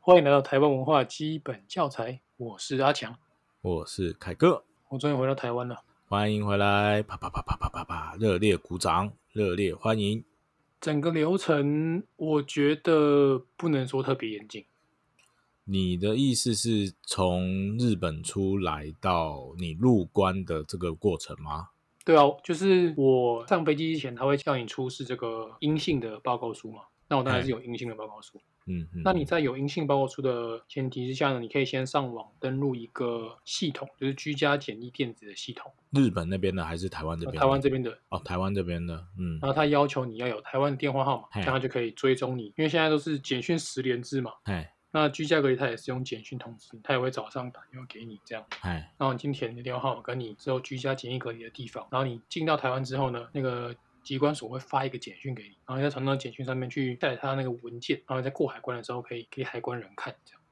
欢迎来到台湾文化基本教材，我是阿强。我是凯哥，我终于回到台湾了，欢迎回来！啪啪啪啪啪啪啪，热烈鼓掌，热烈欢迎！整个流程我觉得不能说特别严谨，你的意思是从日本出来到你入关的这个过程吗？对啊，就是我上飞机之前他会叫你出示这个阴性的报告书嘛，那我当然是有阴性的报告书。嗯嗯，那你在有阴性报告书的前提之下呢，你可以先上网登录一个系统，就是居家检疫电子的系统，日本那边的还是台湾这边的？台湾这边啊的。哦，台湾这边的，嗯然，后他要求你要有台湾的电话号码，这嘿样他就可以追踪你，因为现在都是简讯十连制嘛。哎那居家隔离他也是用简讯通知你，他也会早上打电话给你这样。哎，然后你今天填你的电话号码跟你之后居家检疫隔离的地方，然后你进到台湾之后呢，那个机关所会发一个简讯给你，然后你再传到简讯上面去带他那个文件，然后你在过海关的时候可以给海关人看这样。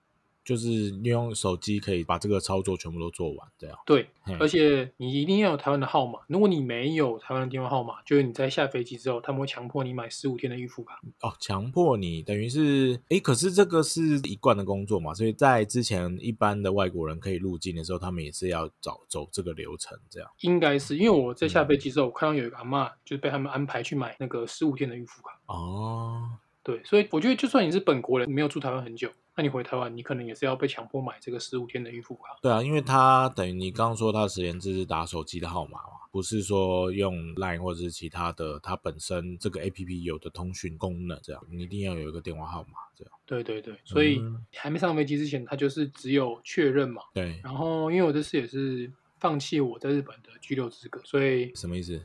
就是你用手机可以把这个操作全部都做完，这样。对，嘿而且你一定要有台湾的号码，如果你没有台湾的电话号码，就是你在下飞机之后，他们会强迫你买十五天的预付卡。哦，强迫你等于是，诶，可是这个是一贯的工作嘛，所以在之前一般的外国人可以入境的时候，他们也是要找走这个流程，这样。应该是因为我在下飞机之后，我看到有一个阿嬷就是被他们安排去买那个十五天的预付卡。哦，对，所以我觉得就算你是本国人，你没有住台湾很久，那你回台湾，你可能也是要被强迫买这个十五天的预付卡。对啊，因为他等于你刚刚说他的十连制是打手机的号码嘛，不是说用 Line 或者是其他的，它本身这个 APP 有的通讯功能，这样你一定要有一个电话号码，这样。对对对，所以嗯还没上飞机之前，他就是只有确认嘛。对，然后因为我这次也是放弃我在日本的居留资格，所以什么意思？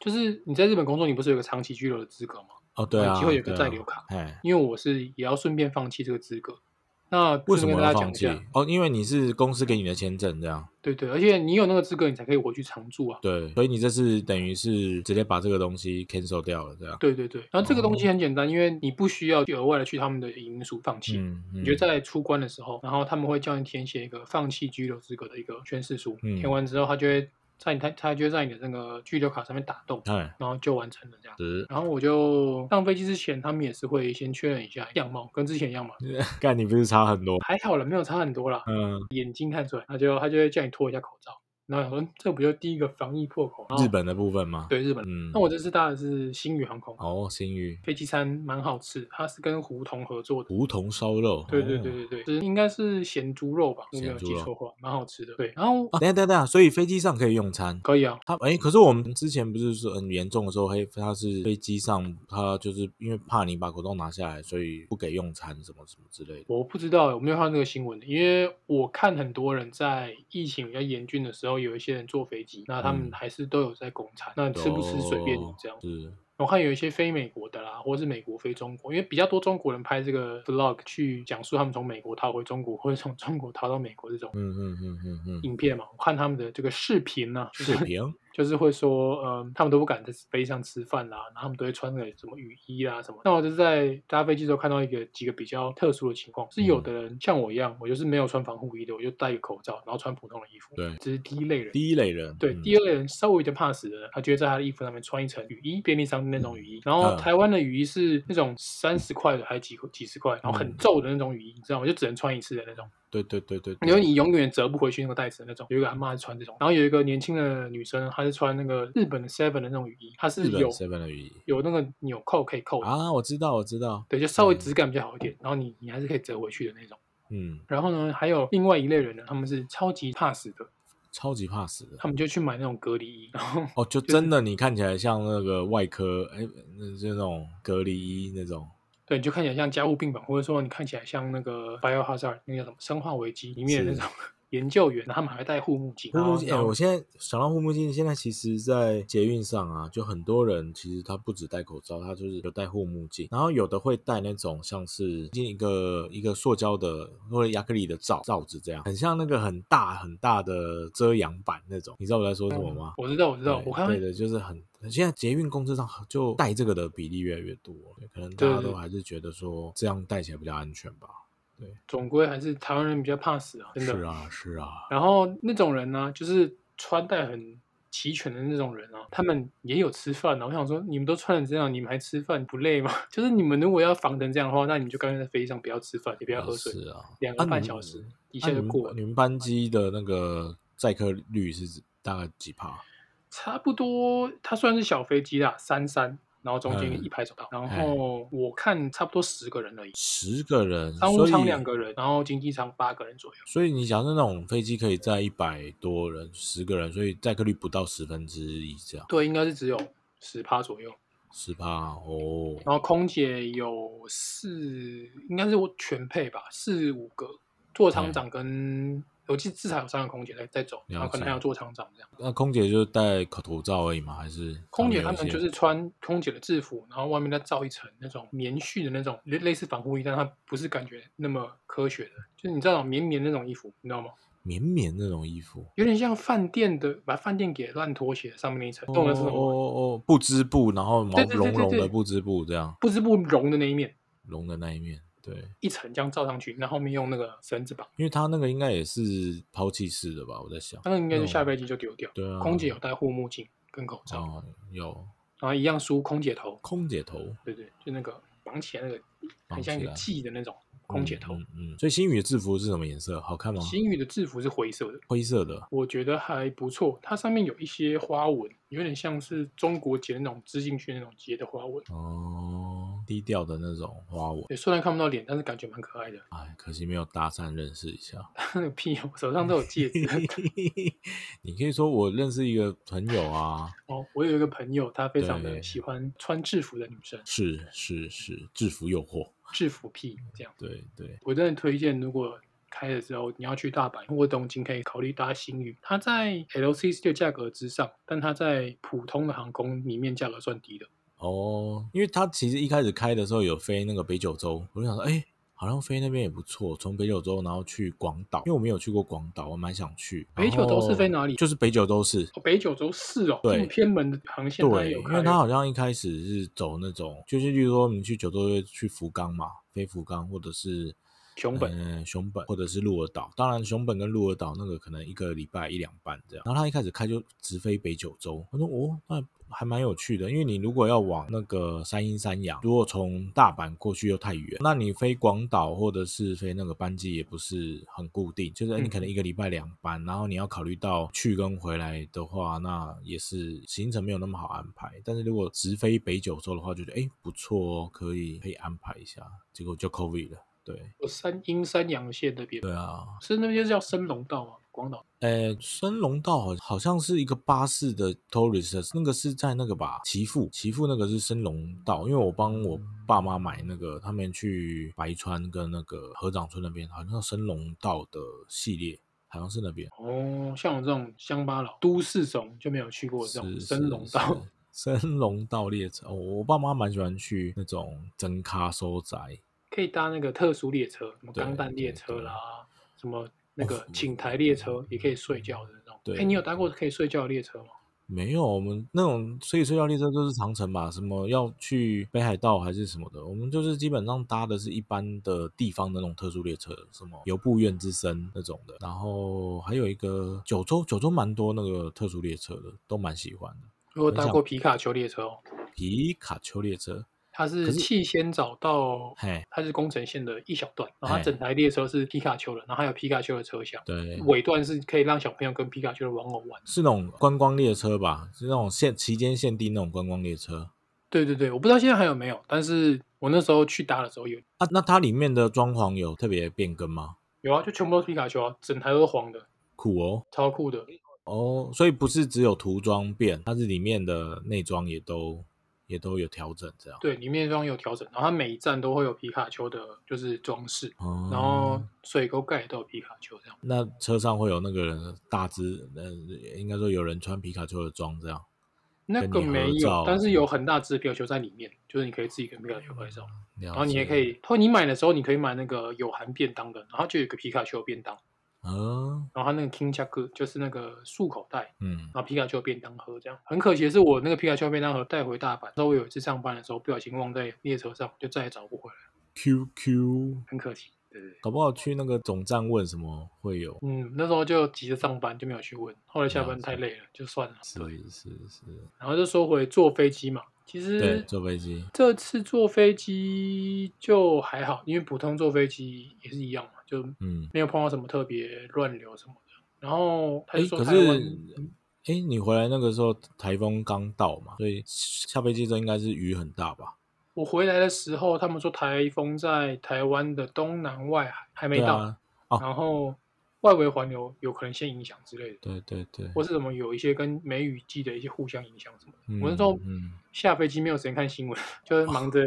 就是你在日本工作，你不是有个长期居留的资格吗？哦，对啊，有机会有个对啊在留卡哎，因为我是也要顺便放弃这个资格。那为顺什便么跟大要家讲放一弃下？？哦，因为你是公司给你的签证，这样。对对，而且你有那个资格，你才可以回去常住啊。对，所以你这次等于是直接把这个东西 cancel 掉了，这样。对对对，然后这个东西哦很简单，因为你不需要额外的去他们的营署放弃，嗯，嗯你就在出关的时候，然后他们会叫你填写一个放弃居留资格的一个宣誓书，嗯填完之后，他就会在你他他就会在你的那个居留卡上面打洞， 哎，然后就完成了这样。十然后我就上飞机之前，他们也是会先确认一下样貌，跟之前一样嘛，干你不是差很多？还好了，没有差很多啦，嗯，眼睛看出来，他就他就会叫你脱一下口罩，然后想说嗯这不就第一个防疫破口？然后日本的部分吗？，对日本，嗯，那我这次搭的是星宇航空，哦，新宇飞机餐蛮好吃，它是跟胡同合作的。梧桐烧肉，对对对哦。对对，就是应该是咸猪肉吧，我没有咸猪记肉错话，蛮好吃的。对，然后、啊，等一下等一下等一下，所以飞机上可以用餐。可以啊，他哎、可是我们之前不是说很严重的时候，嘿，他是飞机上，他就是因为怕你把口罩拿下来，所以不给用餐什么什么之类的。我不知道，我没有看到这个新闻的，因为我看很多人在疫情比较严峻的时候，有一些人坐飞机，那他们嗯还是都有在供餐，那吃不吃随便你哦这样。是我看有一些飞美国的啦，或是美国飞中国，因为比较多中国人拍这个 vlog 去讲述他们从美国逃回中国，或者从中国逃到美国这种嗯嗯嗯嗯嗯，影片嘛。我看他们的这个视频啊呢、就是 视频就是会说，嗯，他们都不敢在飞机上吃饭啦，然后他们都会穿个什么雨衣啦什么。那我就是在搭飞机之后看到一个几个比较特殊的情况，是嗯有的人像我一样，我就是没有穿防护衣的，我就戴个口罩，然后穿普通的衣服。对这是第一类人。第一类人，对，嗯第二类人稍微有点怕死的人，他就会在他的衣服上面穿一层雨衣，便利商店那种雨衣。然后嗯台湾的雨衣是那种三十块的，还几几十块，然后很嗯皱的那种雨衣，你知道吗？就只能穿一次的那种。对对对对，对因为你永远折不回去那个袋子的那种。有一个阿妈是穿这种，然后有一个年轻的女生，她是穿那个日本的 Seven 的那种雨衣，它是日本有 seven 的雨衣有那个纽扣可以扣的，啊，嗯我知道我知道，对，就稍微质感比较好一点，然后你你还是可以折回去的那种。嗯，然后呢，还有另外一类人呢，他们是超级怕死的，超级怕死的。他们就去买那种隔离衣，然后哦，就真的你看起来像那个外科，哎、那就那种隔离衣那种，对，你就看起来像家务病房，或者说你看起来像那个 biohazard 那个叫什么生化危机里面的那是种 研究员，然后他们还会戴护目镜，护然后目镜，哎、然后我现在想到护目镜，现在其实，在捷运上啊，就很多人其实他不只戴口罩，他就是有戴护目镜，然后有的会戴那种像是一个一个塑胶的或者亚克力的罩罩子这样，很像那个很大很大的遮阳板那种，你知道我在说什么吗？我知道我知道，对我看到对的，就是很现在捷运公车上就戴这个的比例越来越多，对可能大对家对都还是觉得说这样戴起来比较安全吧。总归还是台湾人比较怕死啊，真的。是啊，是啊，然后那种人呢，就是穿戴很齐全的那种人啊，他们也有吃饭啊。我想说，你们都穿成这样，你们还吃饭不累吗？ 就是你们如果要防成这样的话，那你们就干脆在飞机上不要吃饭，也不要喝水，是啊，两个啊半你小们时一一下就过了。你们班机的那个载客率是大概几趴？差不多，它虽然是小飞机啦，三三，然后中间嗯一排走道，然后我看差不多十个人而已，十个人，商务所以舱两个人，然后经济舱八个人左右。所以你假设那种飞机可以载一百多人，十个人，所以载客率不到十分之一这样，对，应该是只有十趴左右。十趴哦。然后空姐有四，应该是我全配吧，四五个座舱长跟我记得至少有三个空姐在在走，然后可能还有座舱长这样。那空姐就戴口头罩而已嘛，还是空姐他她们们有就一些是穿空姐的制服，然后外面再罩一层那种棉絮的那种类类似防护衣，但它不是感觉那么科学的，就是你知道那种绵绵那种衣服，你知道吗？绵绵那种衣服，有点像饭店的，把饭店给烂拖鞋上面那一层，懂了是什么哦吗？哦哦，不织布，然后毛对对对茸茸对的对不织布这样，不织布绒的那一面绒的那一面，对。一层这样罩上去，然后后面用那个绳子绑，因为它那个应该也是抛弃式的吧，我在想。那个应该就下边飞机就丢掉。对啊，呃空姐有戴护目镜跟口罩，哦，有然后一样梳空姐头，空姐头，对对，就那个绑起来那个绑很起像一个来髻的那种空姐头。嗯嗯嗯所以星宇的制服是什么颜色？好看吗？星宇的制服是灰色的，灰色的，我觉得还不错，它上面有一些花纹，有点像是中国结那种织进去那种结的花纹。哦，低调的那种花纹。对，虽然看不到脸，但是感觉蛮可爱 的。哎，可惜没有搭讪认识一下。 那个屁，我手上都有戒指。你可以说我认识一个朋友啊，哦，我有一个朋友，她非常对的喜欢穿制服的女生，是是是，制服诱惑，制服癖这样。对对，我真的推荐，如果开的时候你要去大阪或东京，可以考虑搭星宇。它在 LCC 的价格之上，但它在普通的航空里面价格算低的。哦，因为他其实一开始开的时候有飞那个北九州，我就想说，哎、好像飞那边也不错，从北九州然后去广岛，因为我没有去过广岛，我蛮想去。然北九州是后飞哪里就是北九州市，哦，北九州是哦，对这么偏门的航线它也对，有因开为哦。他好像一开始是走那种，就是例如说我们去九州会去福冈嘛，飞福冈或者是熊本呃熊本或者是鹿儿岛。当然，熊本跟鹿儿岛那个可能一个礼拜一两班这样。然后他一开始开就直飞北九州，我说哦，那还蛮有趣的，因为你如果要往那个三阴三阳，如果从大阪过去又太远，那你飞广岛或者是飞那个班机也不是很固定，就是哎你嗯可能一个礼拜两班，然后你要考虑到去跟回来的话，那也是行程没有那么好安排。但是如果直飞北九州的话，就觉得哎不错哦，可以可以安排一下，结果就 COVID 了。对，有三阴山阳线那边，对啊，是那边是叫升龙道吗？广岛呃，升龙道好好像是一个巴士的 tourist，那个是在那个吧，岐阜，岐阜那个是升龙道，因为我帮我爸妈买那个，他们去白川跟那个合掌村那边，好像升龙道的系列，好像是那边哦，像我这种乡巴佬都市种就没有去过这种是升龙道。。是是升龙道列车，哦我爸妈蛮喜欢去那种真咖收宅，可以搭那个特殊列车，什么对钢弹列对车对啦，什么那哦个寝台列车，也可以睡觉的那种。对哎，你有搭过可以睡觉的列车吗？没有，我们那种所以睡觉列车就是长城吧，什么要去北海道还是什么的，我们就是基本上搭的是一般的地方的那种特殊列车，什么游步院之森那种的，然后还有一个九州，九州蛮多那个特殊列车的，都蛮喜欢的。如果很搭想过皮卡丘列车哦，皮卡丘列车，它可是是气仙沼到嘿，它是宫城县的一小段，然后哎它整台列车是皮卡丘的，然后还有皮卡丘的车厢，对，尾段是可以让小朋友跟皮卡丘的玩偶玩。是那种观光列车吧，是那种限期间限定那种观光列车。对对对，我不知道现在还有没有，但是我那时候去搭的时候有啊，那它里面的装潢有特别变更吗？有啊，就全部都是皮卡丘啊，整台都是黄的，酷哦。超酷的。哦，所以不是只有涂装变，它是里面的内装也都也都有调整这样。，对，里面装有调整，然后它每一站都会有皮卡丘的，就是装饰，哦、然后水沟盖也都有皮卡丘这样。那车上会有那个人大只，呃，应该说有人穿皮卡丘的装这样。那跟个你合没照哦有，但是有很大只的皮卡丘在里面，就是你可以自己跟皮卡丘拍照，然然后你也可，以，或你买的时候你可以买那个有含便当的，然后就有一个皮卡丘的便当，嗯然后它那个 King Jack 就是那个漱口袋，嗯，然后皮卡丘便当盒这样。很可惜的是，我那个皮卡丘便当盒带回大阪，之后我有一次上班的时候不小心忘在列车上，就再也找不回来了， ，QQ 很可惜。对对对，搞不好去那个总站问什么会有。嗯，那时候就急着上班，就没有去问。后来下了班解太累了，就算了。是对，是是，然后就说回坐飞机嘛，其对，实坐飞机，这次坐飞机就还好，因为普通坐飞机也是一样嘛，就嗯，没有碰到什么特别乱流什么的。然后他哎、就说可台是湾，嗯，哎、你回来那个时候台风刚到嘛，所以下飞机之后应该是雨很大吧？我回来的时候，他们说台风在台湾的东南外海还没对到，啊，哦然后外围环流有可能先影响之类的。对对对，或是什么有一些跟梅雨季的一些互相影响什么的。嗯我那时候嗯下飞机没有时间看新闻， 就是忙着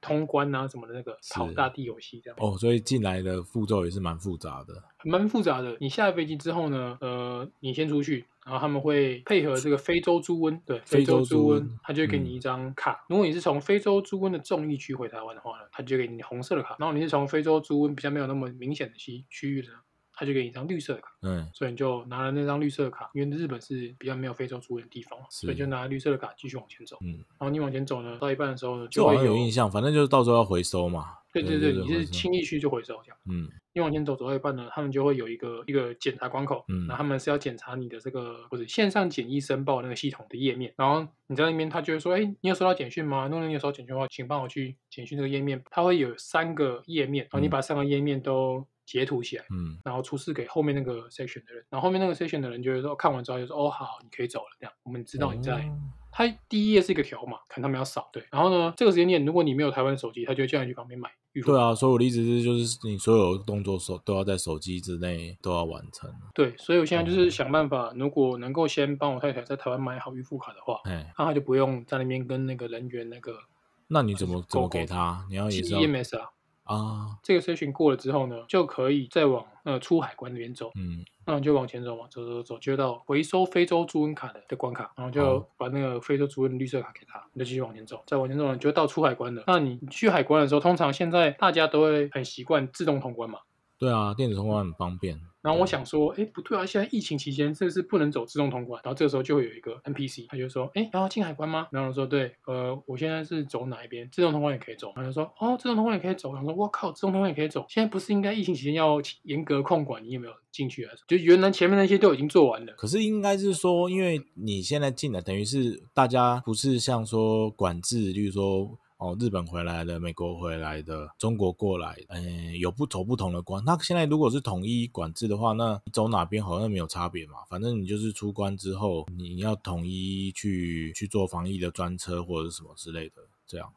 通关啊什么的那个 是跑大地游戏这样，哦，所以进来的步骤也是蛮复杂的。蛮复杂的。你下飞机之后呢，呃，你先出去。然后他们会配合这个非洲猪瘟，对，非非洲洲猪猪瘟嗯瘟，他就会给你一张卡。如果你是从非洲猪瘟的重疫区回台湾的话呢，他就给你红色的卡；然后你是从非洲猪瘟比较没有那么明显的区区域的呢，他就给你一张绿色的卡。嗯，所以你就拿了那张绿色的卡，因为日本是比较没有非洲猪瘟的地方嘛，是所以就拿绿色的卡继续往前走。嗯然后你往前走呢，到一半的时候呢，这就我好会像有印象，反正就是到时候要回收嘛。对对对对，你回是收轻易区就回收这样。嗯你往前走走到一半呢，他们就会有一个一个检查关口，嗯然后他们是要检查你的这个或者线上简易申报那个系统的页面，然后你在那边他就会说，哎，你有收到简讯吗？如果你有收到简讯的话，请帮我去简讯这个页面，它会有三个页面，然后你嗯把三个页面都截图起来，嗯，然后出示给后面那个 section 的人，然后后面那个 section 的人就会说看完之后就说哦好，你可以走了，这样我们知道你在。哦他第一页是一个条码，可能他们要扫对，然后呢这个时间点如果你没有台湾手机，他就会叫你去旁边买预付对啊，所以我的意思是，就是你所有动作手都要在手机之内都要完成。对，所以我现在哦就是想办法，如果能够先帮我太太在台湾买好预付卡的话，哎，那她就不用在那边跟那个人员那个那你怎么怎够么够给他？你哦要也是要 EMS 啊，啊，这个 section 过了之后呢，就可以再往呃出海关那边走，嗯，那你就往前走嘛，走走走，就到回收非洲猪瘟卡的的关卡，然后就好把那个非洲猪瘟绿色卡给他，你就继续往前走，再往前走呢，你就到出海关了。那你去海关的时候，通常现在大家都会很习惯自动通关嘛。对啊，电子通关很方便。然后我对，想说，哎，不对啊，现在疫情期间是不是不能走自动通关？然后这个时候就会有一个 NPC，他就说，哎，然后进海关吗？然后我说，对，呃，我现在是走哪一边？自动通关也可以走。然后他就说，哦，自动通关也可以走。然后我说，我靠，自动通关也可以走。现在不是应该疫情期间要严格控管你有没有进去啊？就原来前面那些都已经做完了。可是应该是说，因为你现在进来，等于是大家不是像说管制，例如说哦，日本回来的、美国回来的、中国过来，嗯、有不走不同的关。那现在如果是统一管制的话，那你走哪边好像没有差别嘛。反正你就是出关之后，你要统一去去做防疫的专车或者是什么之类的，这样。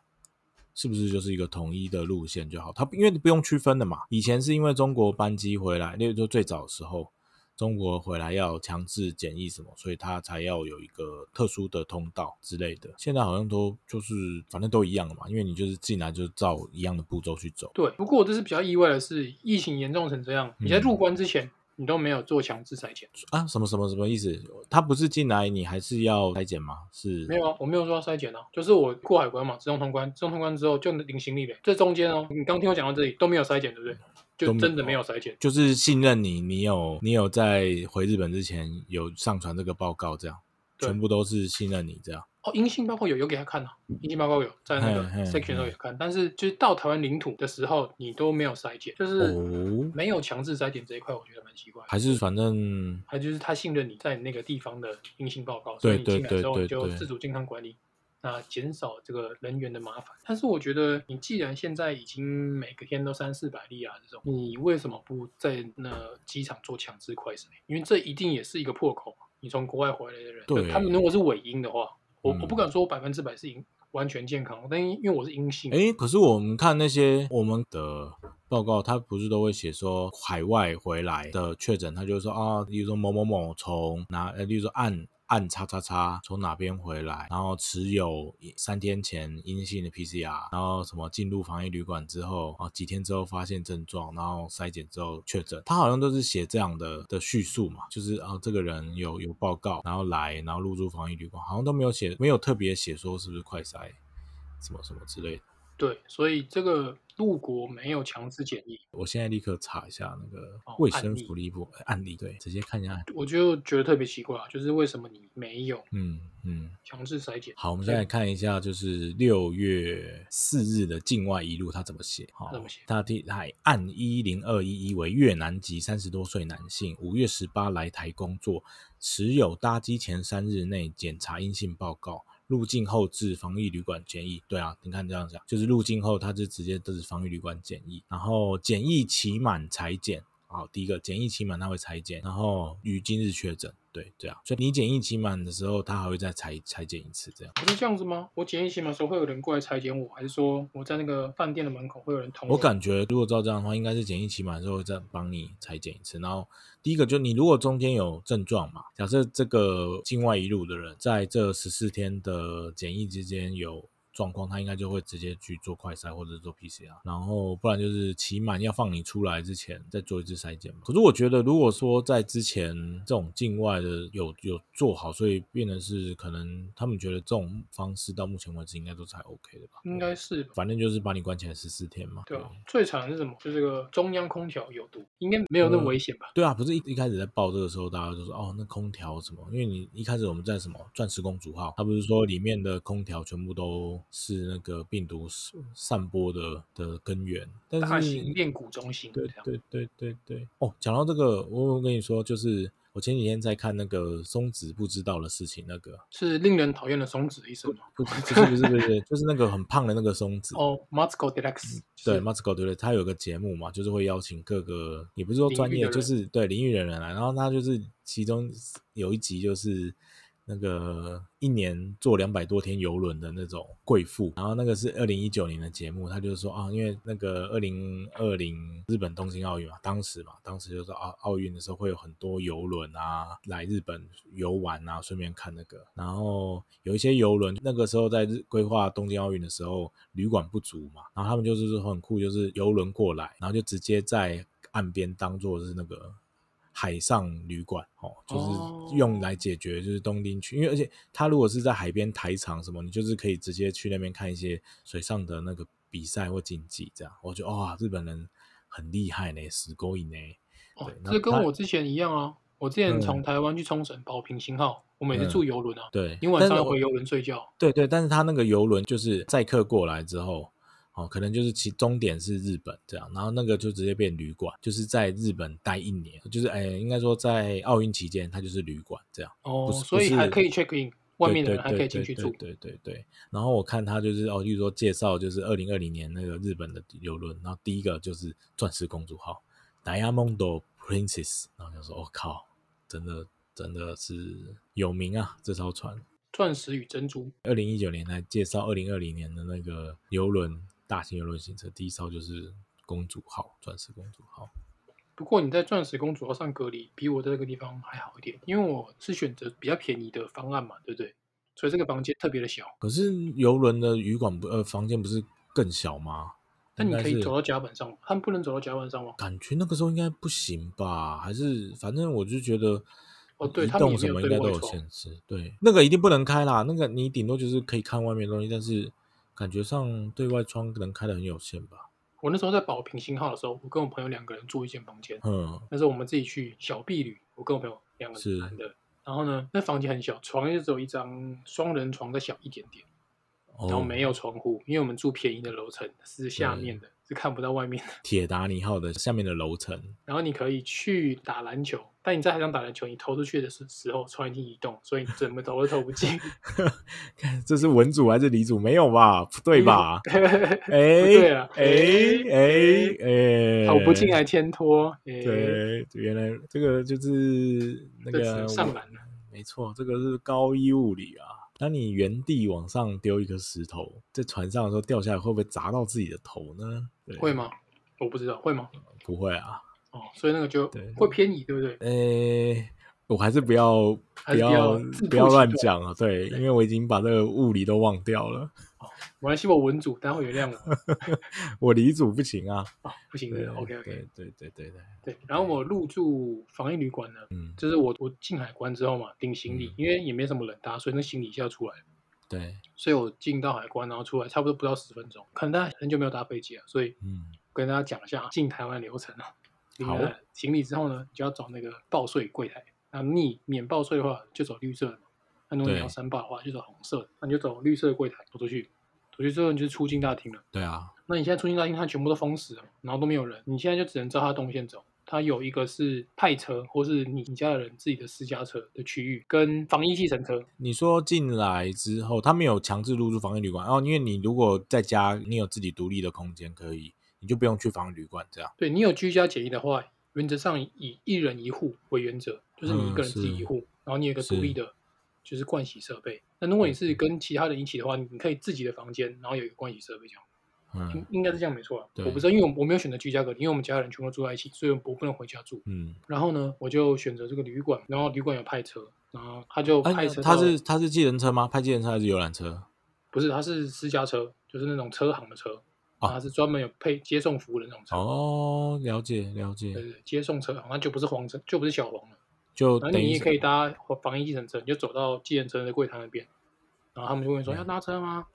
是不是就是一个统一的路线就好？它因为不用区分的嘛。以前是因为中国班机回来，例如说最早的时候，中国回来要强制检疫什么，所以它才要有一个特殊的通道之类的。现在好像都就是反正都一样了嘛，因为你就是进来就照一样的步骤去走。对，不过这是比较意外的是，疫情严重成这样，你在入关之前，你都没有做强制筛检。啊，什么什么什么意思？他不是进来你还是要筛检吗？是没有啊，我没有说要筛检啊，就是我过海关嘛，自动通关，自动通关之后就领行李了。这中间哦，你刚听我讲到这里都没有筛检，对不对？都就没有真的没有筛检。就是信任你，你有你有在回日本之前有上传这个报告，这样对全部都是信任你这样。哦，阴性报告有有给他看啊，阴性报告有在那个嘿嘿 section 嘿都有看，但是就是到台湾领土的时候，你都没有筛检，就是哦，没有强制筛检这一块，我觉得蛮奇怪的。还是反正还就是他信任你在那个地方的阴性报告，所以你对进来之后对你对就对自主健康管理，那减少这个人员的麻烦。但是我觉得，你既然现在已经每个天都三四百例啊这种，你为什么不在那机场做强制快筛？因为这一定也是一个破口嘛。你从国外回来的人，对他们如果是伪阴的话，我嗯我不敢说百分之百是阴完全健康，但因因为我是阴性，诶，可是我们看那些我们的报告，他不是都会写说海外回来的确诊，他就会说啊，例如说某某某从哪，呃，例如说按按叉叉叉从哪边回来，然后持有三天前阴性的 PCR，然后什么进入防疫旅馆之后啊，几天之后发现症状，然后筛检之后确诊，他好像都是写这样的的叙述嘛，就是啊，这个人有有报告，然后来，然后入住防疫旅馆，好像都没有写，没有特别写说是不是快筛。什么什么之类的。对，所以这个入国没有强制检疫，我现在立刻查一下那个哦卫案生例福利部呃案例，对，直接看一下。我就觉得特别奇怪啊，就是为什么你没有嗯嗯，强制筛检。好，我们先来看一下，就是六月四日的境外一路它怎么写。好怎么写，它替海岸一零二一一为越南籍三十多岁男性，五月十八来台工作，持有搭机前三日内检查阴性报告。入境后至防疫旅馆检疫，对啊，你看这样讲，就是入境后他就直接就是防疫旅馆检疫，然后检疫期满裁检，好，第一个检疫期满他会裁剪，然后于今日确诊，对对啊，所以你检疫期满的时候，他还会再裁裁剪一次，这样。不是这样子吗？我检疫期满的时候会有人过来裁剪我，还是说我在那个饭店的门口会有人捅我感觉如果照这样的话，应该是检疫期满的时候会再帮你裁剪一次。然后第一个就你如果中间有症状嘛，假设这个境外一路的人在这十四天的检疫之间有。状况，他应该就会直接去做快筛或者做 PCR，然后不然就是期满要放你出来之前再做一次筛检嘛。可是我觉得，如果说在之前这种境外的有有做好，所以变得是可能他们觉得这种方式到目前为止应该都是还 OK 的吧？应该是吧？反正就是把你关起来十四天嘛。对啊，最惨的是什么？就是这个中央空调有毒，应该没有那么危险吧？对啊，不是一一开始在报这个时候，大家就说哦，那空调什么？因为你一开始我们在什么钻石公主号，它不是说里面的空调全部都是那个病毒散播的的根源，但是大型练骨中心这对样。对对对对。哦，讲到这个，我我跟你说，就是我前几天在看那个松子不知道的事情，那个是令人讨厌的松子医生吗？不不是不是不是，就是那个很胖的那个松子。哦 m a s c o Deluxe，嗯哦对 m m a s c o 对对，他有个节目嘛，就是会邀请各个也不是说专领域业，的就人是对领域的人来。啊然后他就是其中有一集就是那个一年坐两百多天游轮的那种贵妇，然后那个是二零一九年的节目，他就是说啊，因为那个二零二零日本东京奥运嘛，当时嘛，当时就是奥奥运的时候会有很多游轮啊来日本游玩啊，顺便看那个，然后有一些游轮那个时候在日规划东京奥运的时候旅馆不足嘛，然后他们就是说很酷，就是游轮过来，然后就直接在岸边当做是那个海上旅馆哦，哦就是用来解决就是东京区，因为而且它如果是在海边台场什么，你就是可以直接去那边看一些水上的那个比赛或竞技这样。我觉得哇、日本人很厉害呢，死勾引呢。哦对，那这跟他我之前一样啊。我之前嗯从台湾去冲绳跑平行号，我每次嗯住游轮啊，对，你晚但是上要我回游轮睡觉。对对，但是他那个游轮就是载客过来之后，哦，可能就是其终点是日本这样，然后那个就直接变旅馆，就是在日本待一年，就是哎，应该说在奥运期间，它就是旅馆这样。哦，不是所以不是还可以 check in，外面的人对还可以进去对住。对对对对。然后我看他就是哦，例如说介绍就是二零二零年那个日本的游轮，然后第一个就是钻石公主号 （Diamond Princess），然后就说我、哦靠，真的真的是有名啊这艘船。钻石与珍珠，二零一九年来介绍二零二零年的那个游轮大型游轮行程，第一艘就是公主号，钻石公主号。不过你在钻石公主要上隔离，比我在这个地方还好一点，因为我是选择比较便宜的方案嘛，对不对？所以这个房间特别的小，可是游轮的旅馆不呃房间不是更小吗？那你可应该以是走到甲板上吗？他们不能走到甲板上吗？感觉那个时候应该不行吧？还是反正我就觉得，哦对移他们也动没什有么对应该外都有窗限制。对，那个一定不能开啦。那个你顶多就是可以看外面的东西，但是感觉上对外窗能开的很有限吧？我那时候在保平星号的时候，我跟我朋友两个人住一间房间，嗯，那时候我们自己去小碧旅，我跟我朋友两个是人男的，然后呢，那房间很小，床也只有一张双人床，再小一点点，哦，然后没有窗户，因为我们住便宜的楼层是下面的，是看不到外面的。铁达尼号的下面的楼层，然后你可以去打篮球，但你在海上打篮球，你投出去的时时候，船已经移动，所以你怎么投都投不 进，看这是文组还是理组？没有吧？不对吧？ 哎对啊哎哎哎，投不进来牵拖，诶、对，原来这个就是那这只个啊能上篮了。没错，这个是高一物理啊。当你原地往上丢一颗石头，在船上的时候掉下来，会不会砸到自己的头呢？对会？吗？我不知道会吗？不会啊。哦，所以那个就对会偏移，对不对？呃、我还是不要 还不是不要要自不要曝其乱短讲啊。对，因为我已经把这个物理都忘掉了。我来希望文组，大家会原谅我。我理组不行啊。哦，不行 对的，OK OK。对对对对对，对，然后我入住防疫旅馆呢，嗯，就是我我进海关之后嘛，领行李嗯，因为也没什么人搭，所以那行李一下出来，对，所以我进到海关，然后出来差不多不到十分钟，可能大家很久没有搭飞机了，所以嗯，跟大家讲一下进台湾流程啊。领好哦了行李之后呢，你就要找那个报税柜台，那你免报税的话就走绿色的嘛，那如果你要对三坝的话，就走红色的，那你就走绿色的柜台走出去，走出去之后你就是出境大厅了。对啊，那你现在出境大厅它全部都封死了，然后都没有人，你现在就只能照它动线走。它有一个是派车，或是你你家的人自己的私家车的区域，跟防疫计程车。你说进来之后，他没有强制入住防疫旅馆哦，因为你如果在家，你有自己独立的空间可以，你就不用去防疫旅馆这样。对你有居家检疫的话，原则上以一人一户为原则，就是你一嗯个人自己是一户，然后你有一个独立是的，就是盥洗设备。那如果你是跟其他人一起的话，你可以自己的房间，然后有一个盥洗设备这样。应嗯应该是这样没错啊。对我不知道，因为我我没有选择居家隔离，因为我们家人全部都住在一起，所以我不不能回家住。嗯，然后呢，我就选择这个旅馆，然后旅馆有派车，然后他就哎、派车到、他是他是计程车吗？派计程车还是游览车？不是他是私家车，就是那种车行的车，哦他是专门有配接送服务的那种车。哦，了解对了解，对，接送车行，那就不是黄车，就不是小黄了。就然等后你于也是嗯可以搭防疫计程车，你就走到计程车的柜台那边，然后他们就问你说嗯要搭车吗？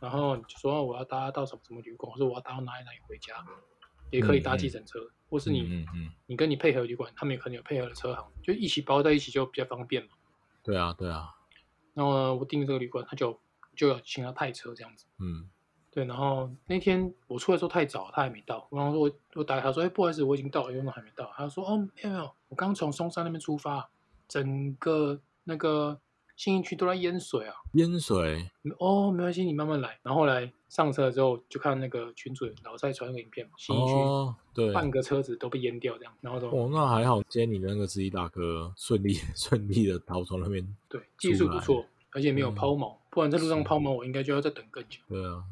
然后你就说哦我要搭到什么什么旅馆，或者我要搭到哪里哪里回家，也可以搭嗯嗯计程车，或是嗯你、嗯嗯，你跟你配合旅馆，他们也可能有配合的车行，就一起包在一起就比较方便嘛。对啊对啊，然后呢，我订这个旅馆，他就就有请他派车这样子。嗯对，然后那天我出来的时候太早，他还没到。然后我我打给他说：“哎、不好意思，我已经到了，因为还没到。”他说：“哦，没有没有，我刚从松山那边出发，整个那个信义区都在淹水啊。淹水，”哦，没关系，你慢慢来。然后后来上车了之后，就看那个群主老在传那个影片嘛，信义区、哦，对，半个车子都被淹掉这样。然后说哦，那还好，今天你的那个司机大哥顺利 顺利的逃从那边，对，技术不错，而且没有嗯抛锚，不然在路上是抛锚，我应该就要再等更久。对啊，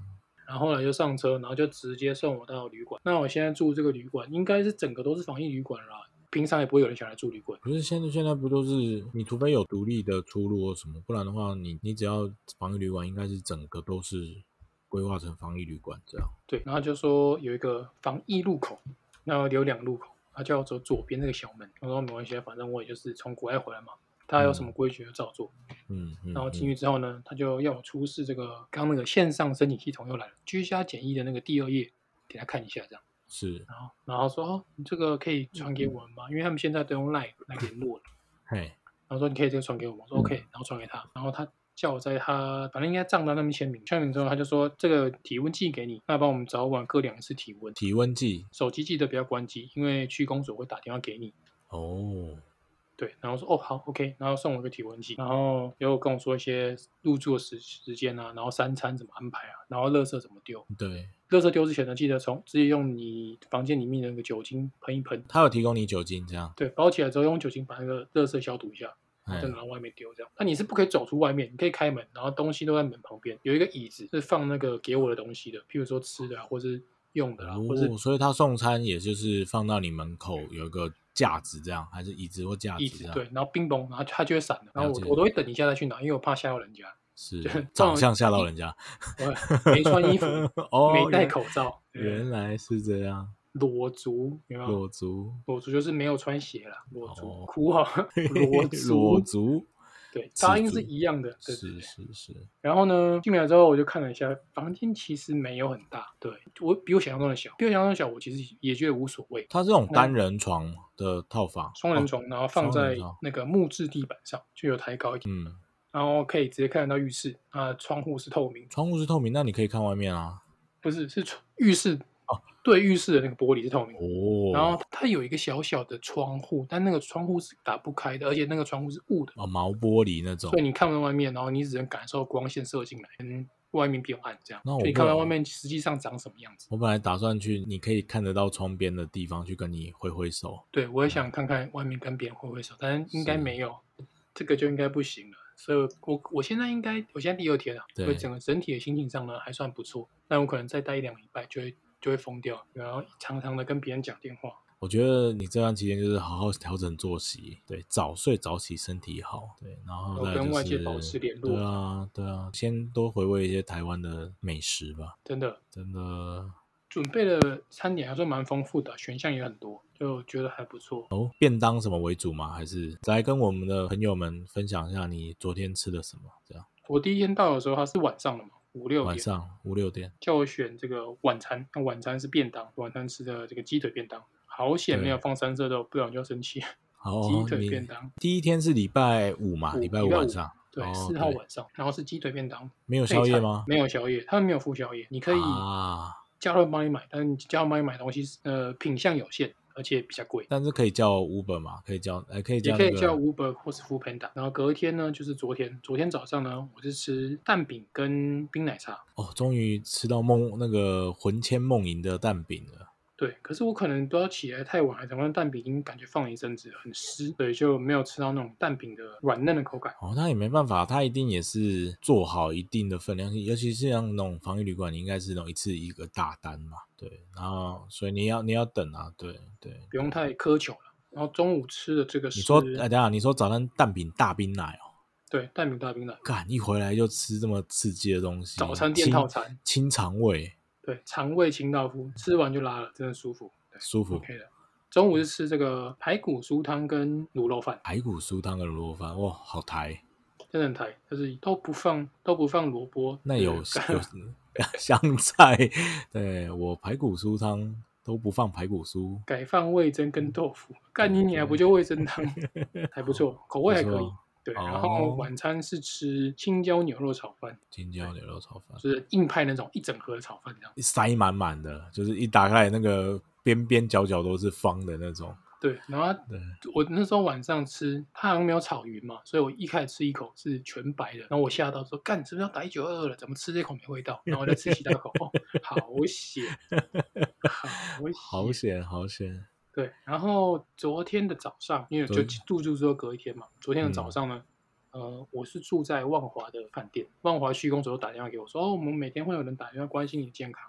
然后后来就上车，然后就直接送我到旅馆。那我现在住这个旅馆，应该是整个都是防疫旅馆啦，平常也不会有人想来住旅馆。不是现在现在不都是你除非有独立的出路或什么，不然的话你你只要防疫旅馆应该是整个都是规划成防疫旅馆这样，对，然后就说有一个防疫路口，那有两个路口，他叫我走左边那个小门。我说没关系，啊反正我也就是从国外回来嘛，他有什么规矩就照做。嗯嗯，然后进嗯去之后呢，他就要我出示这个刚那个线上申请系统又来了，居家检疫的那个第二页，给他看一下这样。是然后然后说哦，你这个可以传嗯给我们吗？因为他们现在都用 Line 来联络了。嘿，然后说你可以这个传给我吗？我说 OK，然后传给他，然后他叫我在他反正应该账单那边签名，签名之后他就说这个体温计给你，那帮我们早晚各量一次体温，体温计手机记得不要关机，因为区公所会打电话给你。哦，对，然后说哦好 OK，然后送我一个体温计，然后又跟我说一些入住的时时间啊，然后三餐怎么安排啊，然后垃圾怎么丢，对，垃圾丢之前呢，记得从直接用你房间里面的那个酒精喷一喷，他有提供你酒精这样，对，包起来之后用酒精把那个垃圾消毒一下，哎就拿到外面丢这样。那你是不可以走出外面，你可以开门，然后东西都在门旁边，有一个椅子是放那个给我的东西的，譬如说吃的啊，或是用的啊，或是哦，所以他送餐也就是放到你门口有一个架子这样，还是椅子或架椅子子这样，对，然后冰崩，然后它就会散了。然后啊了解我我都会等一下再去拿，因为我怕吓到人 家。是对长相吓到人家，我没穿衣服， 哦，没戴原口罩， 原来是这样，裸足，有没有？裸足，裸足就是没有穿鞋啦，裸足哦哭啊， 裸 裸足，足，对，赤发音足是一样的， 对对是对。是是，然后呢，进来之后我就看了一下，房间其实没有很大，对我比我想象中的小，比我想象中的小，我其实也觉得无所谓。它这种单人床的套房，双人哦，床，然后放双在人床那个木质地板上，就有抬高一点，嗯，然后可以直接看得到浴室，啊，窗户是透明，窗户是透明，那你可以看外面啊，不是是窗浴室哦，对浴室的那个玻璃是透明的，哦，然后它有一个小小的窗户，但那个窗户是打不开的，而且那个窗户是雾的，哦毛玻璃那种所，以你看不到外面，然后你只能感受光线射进来，跟外面变暗这样，那我就你看不到不啊外面实际上长什么样子。我本来打算去，你可以看得到窗边的地方去跟你挥挥手，对，我也想看看外面跟别人挥挥手，但是应该是没有，这个就应该不行了。所以我，我现在应该，我现在第二天了、啊，所以对整个整体的心情上呢还算不错，但我可能再待一两个礼拜就会就会疯掉，然后常常的跟别人讲电话。我觉得你这段期间就是好好调整作息，对，早睡早起身体好，对，然后我再来跟就外界是保持联对络啊，对啊，先多回味一些台湾的美食吧，真的，真的准备的餐点还算蛮丰富的，啊选项也很多，就觉得还不错。哦，便当什么为主吗？还是来跟我们的朋友们分享一下你昨天吃的什么？这样我第一天到的时候，它是晚上了嘛，五六晚点，上五六点，叫我选这个晚餐，那晚餐是便当，晚餐吃的这个鸡腿便当，好险没有对放三色豆，不然我就要生气。好，鸡腿你便当第一天是礼拜五嘛，五礼拜礼拜五晚上，对，哦四、号对晚上，然后是鸡腿便当，没有配宵夜餐吗？没有宵夜，他们没有付宵夜，你可以啊，叫他们帮你买，但叫他们帮你买东西，呃，品相有限，而且比较贵。但是可以叫 Uber 嘛？可以叫，哎，可以也叫可那以叫个 Uber 或是 Food Panda，然后隔一天呢，就是昨天，昨天早上呢，我是吃蛋饼跟冰奶茶，哦，终于吃到梦那个魂牵梦萦的蛋饼了。对，可是我可能都要起来太晚了，整罐蛋饼已经感觉放了一阵子了，很湿，所以就没有吃到那种蛋饼的软嫩的口感。哦，那也没办法，它一定也是做好一定的分量，尤其是像那种防疫旅馆，你应该是那种一次一个大单嘛，对，然后所以你要你要等啊，对对。不用太苛求了。然后中午吃的这个是，你说，哎，等一下你说早餐蛋饼大冰奶哦，对蛋饼大冰奶，干一回来就吃这么刺激的东西，哦早餐店清套餐，清肠胃对肠胃清道夫，吃完就拉了，真的舒服，对舒服， ，OK 的。中午是吃这个排骨酥汤跟卤肉饭，排骨酥汤跟卤肉饭，哇，好台，真的很台，就是都不放都不放萝卜，那对有有 香菜，对我排骨酥汤都不放排骨酥，改放味噌跟豆腐，干你嗯对你还不就味噌 汤，还不错，口味还可不以错。对，哦然后晚餐是吃青椒牛肉炒饭，青椒牛肉炒饭。就是硬派那种一整盒的炒饭这样。塞满满的，就是一打开来那个边边角角都是方的那种。对，然后它对，我那时候晚上吃，它好像没有炒匀嘛，所以我一开始吃一口是全白的，然后我吓到说：“干，你是不是要打一九二二了？怎么吃这口没味道？”然后我再吃其他口，哦，好险， 好险，好险好险！对，然后昨天的早上，因为昨就天住住之后隔一天嘛，昨天的嗯早上呢，呃，我是住在万华的饭店，万华区公所打电话给我说，哦，我们每天会有人打电话关心你的健康，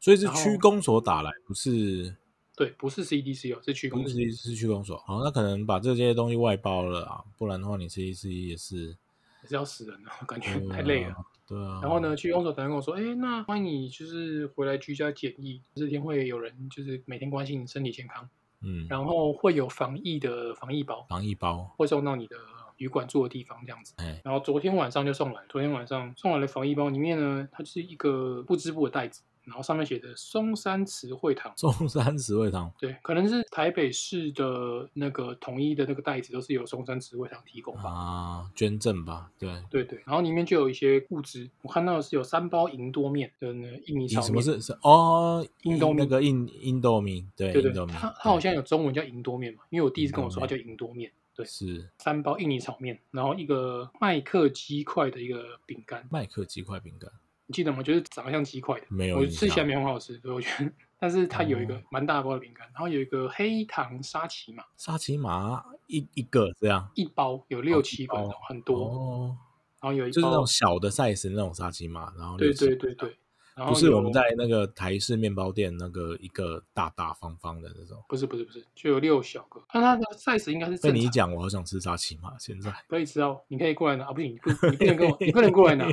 所以是然后区公所打来，不是对，不是 CDC 哦，是区公不所，是是区公所。好，那可能把这些东西外包了啊，不然的话你吃一吃也是也是要死人了，哦感觉对啊太累了。对啊。然后呢，，区公所打电话跟我说，哎，那欢迎你就是回来居家检疫，这天会有人就是每天关心你身体健康，嗯，然后会有防疫的防疫包防疫包，会送到你的旅馆住的地方这样子。哎，然后昨天晚上就送来，昨天晚上送来的防疫包里面呢，它就是一个不织布的袋子，然后上面写的松山慈惠堂。中 山十味堂对，可能是台北市的那个统一的那个袋子，都是由松山慈惠堂提供吧。啊，捐赠吧，对。对对，然后里面就有一些物资，我看到的是有三包银多面跟那个印尼你炒面。什么是是哦？印度那面个印印度米，对，嗯对印对度，米，它它好像有中文叫银多面嘛，因为我弟一直跟我说银它多叫银多面。对，是三包印尼炒面，然后一个麦克鸡块的一个饼干，麦克鸡块饼干，你记得吗？就是长得像鸡块的，没有我印吃起来象没有很好吃，对我觉得，但是它有一哦个蛮大包的饼干，然后有一个黑糖沙琪玛，沙琪玛一一个这样，一包有六七个哦包，很多，哦，然后有一就是那包种，小的 size 那种沙琪玛，然后对六七对个对对，，然后不是我有们在那个台式面包店那个一个大大方方的那种。不是不是不是，就有六小个，但它的 size 应该是被正你一常，讲，我好想吃沙琪玛，现在可以吃到，你可以过来拿啊，不行，你不你不能跟我，你不能过来 拿，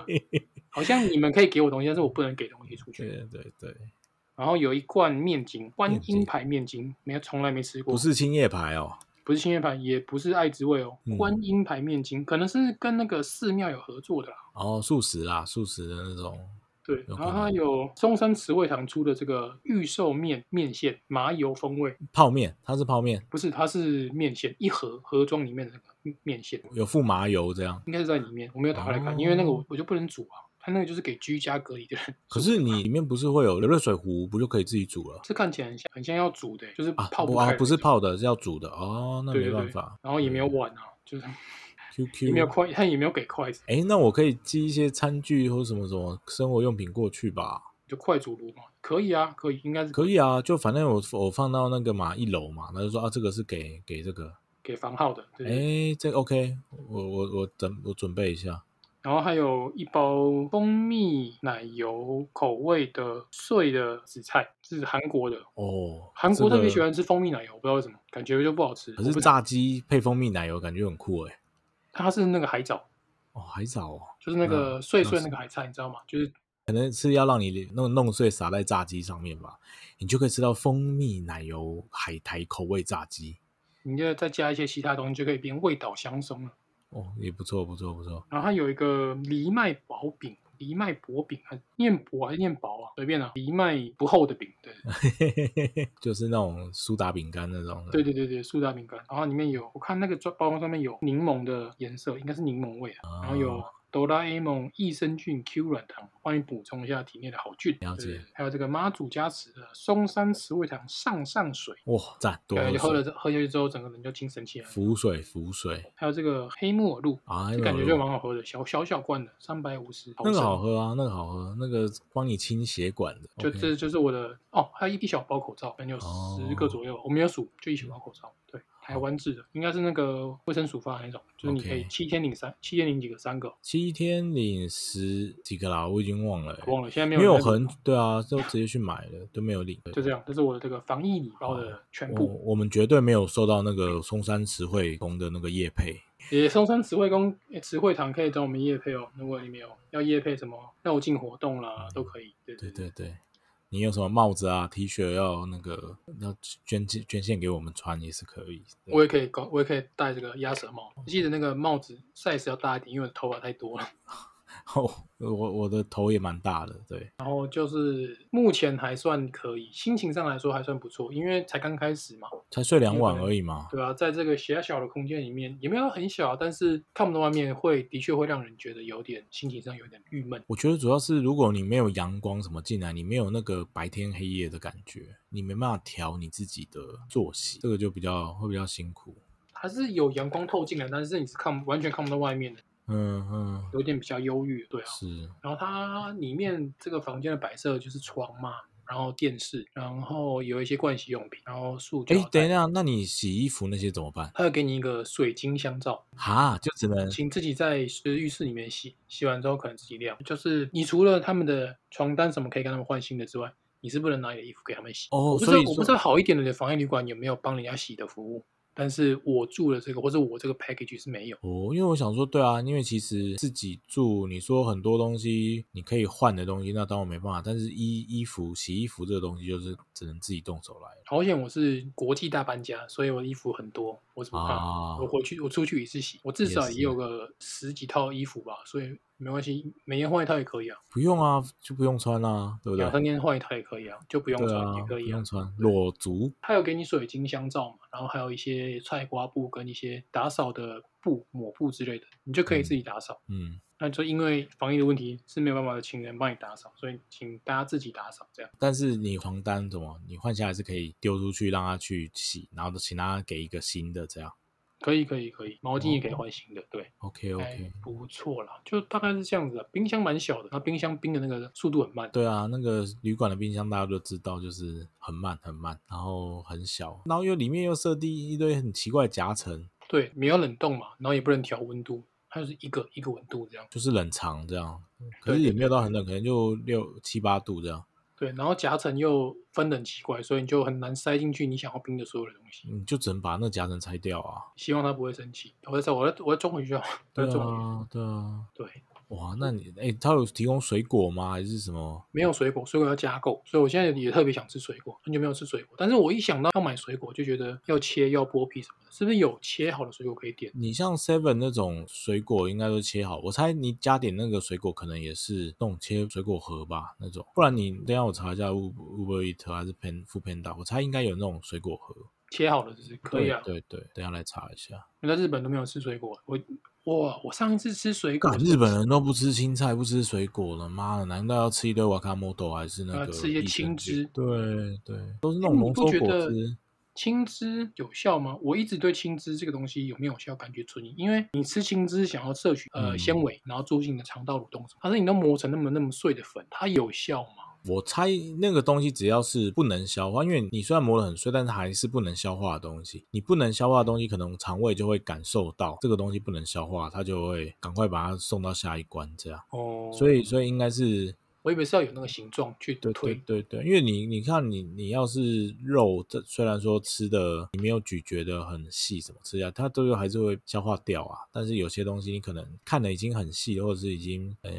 好像你们可以给我东西，但是我不能给东西出去。对对对，然后有一罐面筋，观面筋音牌面筋，没有从来没吃过，不是青叶牌哦，不是新月牌，也不是爱之味哦嗯，观音牌面筋、可能是跟那个寺庙有合作的啦。哦，素食啦，素食的那种，对，有然可后它能有中山慈惠堂出的这个预售面面线，麻油风味，泡面，它是泡面，不是，它是面线一盒盒装里面的那个面线，有附麻油这样。应该是在里面，我没有打开来看，哦因为那个我我就不能煮啊，它那个就是给居家隔离的人，可是你里面不是会有热水壶，不就可以自己煮了这看起来很像很像要煮的、欸就是啊？泡不开、啊，不是，泡的，是要煮的哦，那对没对办对法。然后也没有碗啊，就是 QQ 也没有筷，它也没有给筷子，哎，那我可以寄一些餐具或什么什么生活用品过去吧？就快煮炉嘛，可以啊，可以，应该是可以啊，就反正我我放到那个嘛一楼嘛，他就说啊，这个是给给这个，给房号的，对对对哎，这个 OK，我我我准我准备一下，然后还有一包蜂蜜奶油口味的碎的紫菜，是韩国的。哦，韩国这个特别喜，欢吃蜂蜜奶油，不知道为什么，感觉就不好吃。可我是不知炸鸡配蜂蜜奶油感觉很酷哎，它是那个海藻，哦，海藻哦，就是那个碎碎那是那个海菜，你知道吗？就是可能是要让你弄弄碎撒在炸鸡上面吧，你就可以吃到蜂蜜奶油海苔口味炸鸡，你就再加一些其他东西，就可以变味道香松了。哦，也不错不错不错，然后它有一个藜麦薄饼，藜麦薄饼，还念薄还是念薄啊？随便啊，藜麦不厚的饼，对就是那种苏打饼干那种的。对对对对，苏打饼干，然后里面有，我看那个装包装上面有柠檬的颜色，应该是柠檬味啊，然后哦有。哆啦 A 梦益生菌 Q 软糖，帮你补充一下体内的好菌。了解对还有这个妈祖加持的松山十味堂上上水，哇，赞！多对，就喝喝了水，这喝下去之后，整个人就精神起来了。浮水浮水还有这个黑木耳露，啊，这感觉就蛮好喝的，小小小罐的，三百五十毫那个好升。喝啊，那个好喝，那个帮你清血管的。就 OK 这就是我的哦，还有一一小包口罩，可能有十个左右，我没有数，就一小包口罩。对，台湾制的，应该是那个卫生署发的那种，就是你可以 OK 七天领三，七天领几个三个，七天领十几个啦，我已经忘了欸、我忘了，现在没因有为人我在领。很对啊，就直接去买了，都没有领。就这样，这是我的这个防疫礼包的全我部。我们绝对没有收到那个松山慈惠宫的那个业配，也松山词汇工诶词汇堂可以找我们业配哦，如果你们有要业配什么绕境活动啦，都可以。嗯对对对，对对，你有什么帽子啊、T 恤要那个要捐献捐献给我们穿也是可以。对我也可以搞，我也可以戴这个鸭舌帽。我记得那个帽子 size 要大一点，因为我的头发太多了。哦，我我的头也蛮大的，对，然后就是目前还算可以，心情上来说还算不错，因为才刚开始嘛，才睡两晚因为而已嘛。对吧、在这个狭小的空间里面，也没有很小，啊但是看不到外面会，的确会让人觉得有点心情上有点郁闷。我觉得主要是如果你没有阳光什么进来，你没有那个白天黑夜的感觉，你没办法调你自己的作息，这个就比较会比较辛苦。还是有阳光透进来，但是你是看完全看不到外面的，嗯嗯，有点比较忧郁，对啊。是然后它里面这个房间的摆设就是床嘛，然后电视，然后有一些盥洗用品，然后塑胶哎袋。，等一下，那你洗衣服那些怎么办？它会给你一个水晶香皂，哈，就只能请自己在呃浴室里面洗，洗完之后可能自己晾。就是你除了他们的床单什么可以跟他们换新的之外，你是不能拿你的衣服给他们洗。哦我不知所道以我不说知道好一点的防疫旅馆有没有帮人家洗的服务，但是我住的这个或者我这个 package 是没有。哦，因为我想说，对啊，因为其实自己住，你说很多东西你可以换的东西，那当然没办法。但是衣衣服、洗衣服这个东西，就是只能自己动手来了好险我是国际大搬家，所以我的衣服很多，我怎么办？啊我。回去我出去一次洗，我至也少是也有个十几套衣服吧，所以没关系，每天换一套也可以啊，不用啊，就不用穿啊，对不对两？三天换一套也可以啊，就不用对穿、啊，也不可以啊用。穿，裸足它有给你水晶香皂嘛，然后还有一些菜瓜布跟一些打扫的布、抹布之类的，你就可以自己打扫。嗯，那就因为防疫的问题是没有办法请人帮你打扫，所以请大家自己打扫这样。但是你床单怎么，你换下来是可以丢出去让它去洗，然后请它给一个新的这样。可以可以可以，毛巾也可以哦换新的，对。还 OK OK，不错啦，就大概是这样子的。啊冰箱蛮小的，然后冰箱冰的那个速度很慢，对啊，那个旅馆的冰箱大家都知道，就是很慢很慢，然后很小，然后又里面又设定一堆很奇怪的夹层，对，没有冷冻嘛，然后也不能调温度，它就是一个一个温度这样。就是冷藏这样，可对是对也没有到很冷，可能就六七八度这样，对，然后夹层又分得很奇怪，所以你就很难塞进去你想要冰的所有的东西。你就只能把那夹层拆掉啊。希望它不会生气。我再找，我再我再装回去就好，我对再装回去。啊，对啊，对，哇，那你哎，他有提供水果吗？还是什么？没有水果，水果要加购，所以我现在也特别想吃水果，很久没有吃水果。但是我一想到要买水果，就觉得要切、要剥皮什么的，是不是有切好的水果可以点？你像 Seven 那种水果应该都切好，我猜你加点那个水果可能也是那种切水果盒吧那种，不然你等一下我查一下 Uber Uber Eat 还是 Pen f o o Panda，我猜应该有那种水果盒。切好的就是可以啊。对对对，等一下来查一下。我在日本都没有吃水果，我哇，我上一次吃水果干，，日本人都不吃青菜，不吃水果了，妈的，难道要吃一堆瓦卡莫豆还是那要个？呃吃一些青汁对对，都是那哎种你浓不缩觉果得汁。青汁有效吗？我一直对青汁这个东西有没有效感觉存疑，因为你吃青汁想要摄取呃嗯纤维，然后促进你的肠道蠕动什么，可是你都磨成那么那么碎的粉，它有效吗？我猜那个东西只要是不能消化，因为你虽然磨得很碎，但是还是不能消化的东西。你不能消化的东西，可能肠胃就会感受到这个东西不能消化，它就会赶快把它送到下一关这样。哦，所以，所以应该是我以为是要有那个形状去对推，对对对，因为你你看你你要是肉，这虽然说吃的你没有咀嚼的很细，什么吃下它都有还是会消化掉啊。但是有些东西你可能看的已经很细，或者是已经呃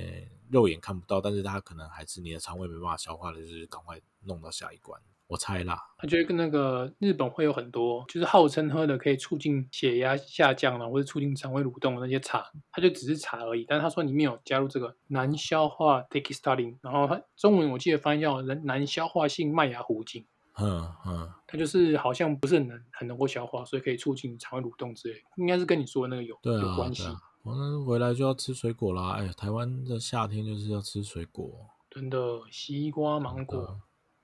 肉眼看不到，但是它可能还是你的肠胃没办法消化的，就是赶快弄到下一关。我猜啦。我觉得跟那个日本会有很多，就是号称喝的可以促进血压下降啊，或者促进肠胃蠕动的那些茶，它就只是茶而已。但是他说里面有加入这个难消化 t e k i s t a l i n 然后它中文我记得翻译叫难难消化性麦芽糊精，嗯嗯，它就是好像不是很能很能够消化，所以可以促进肠胃蠕动之类，应该是跟你说的那个有对有啊，关系对。啊。我那回来就要吃水果啦。哎，台湾的夏天就是要吃水果。真的，西瓜、芒啊果，嗯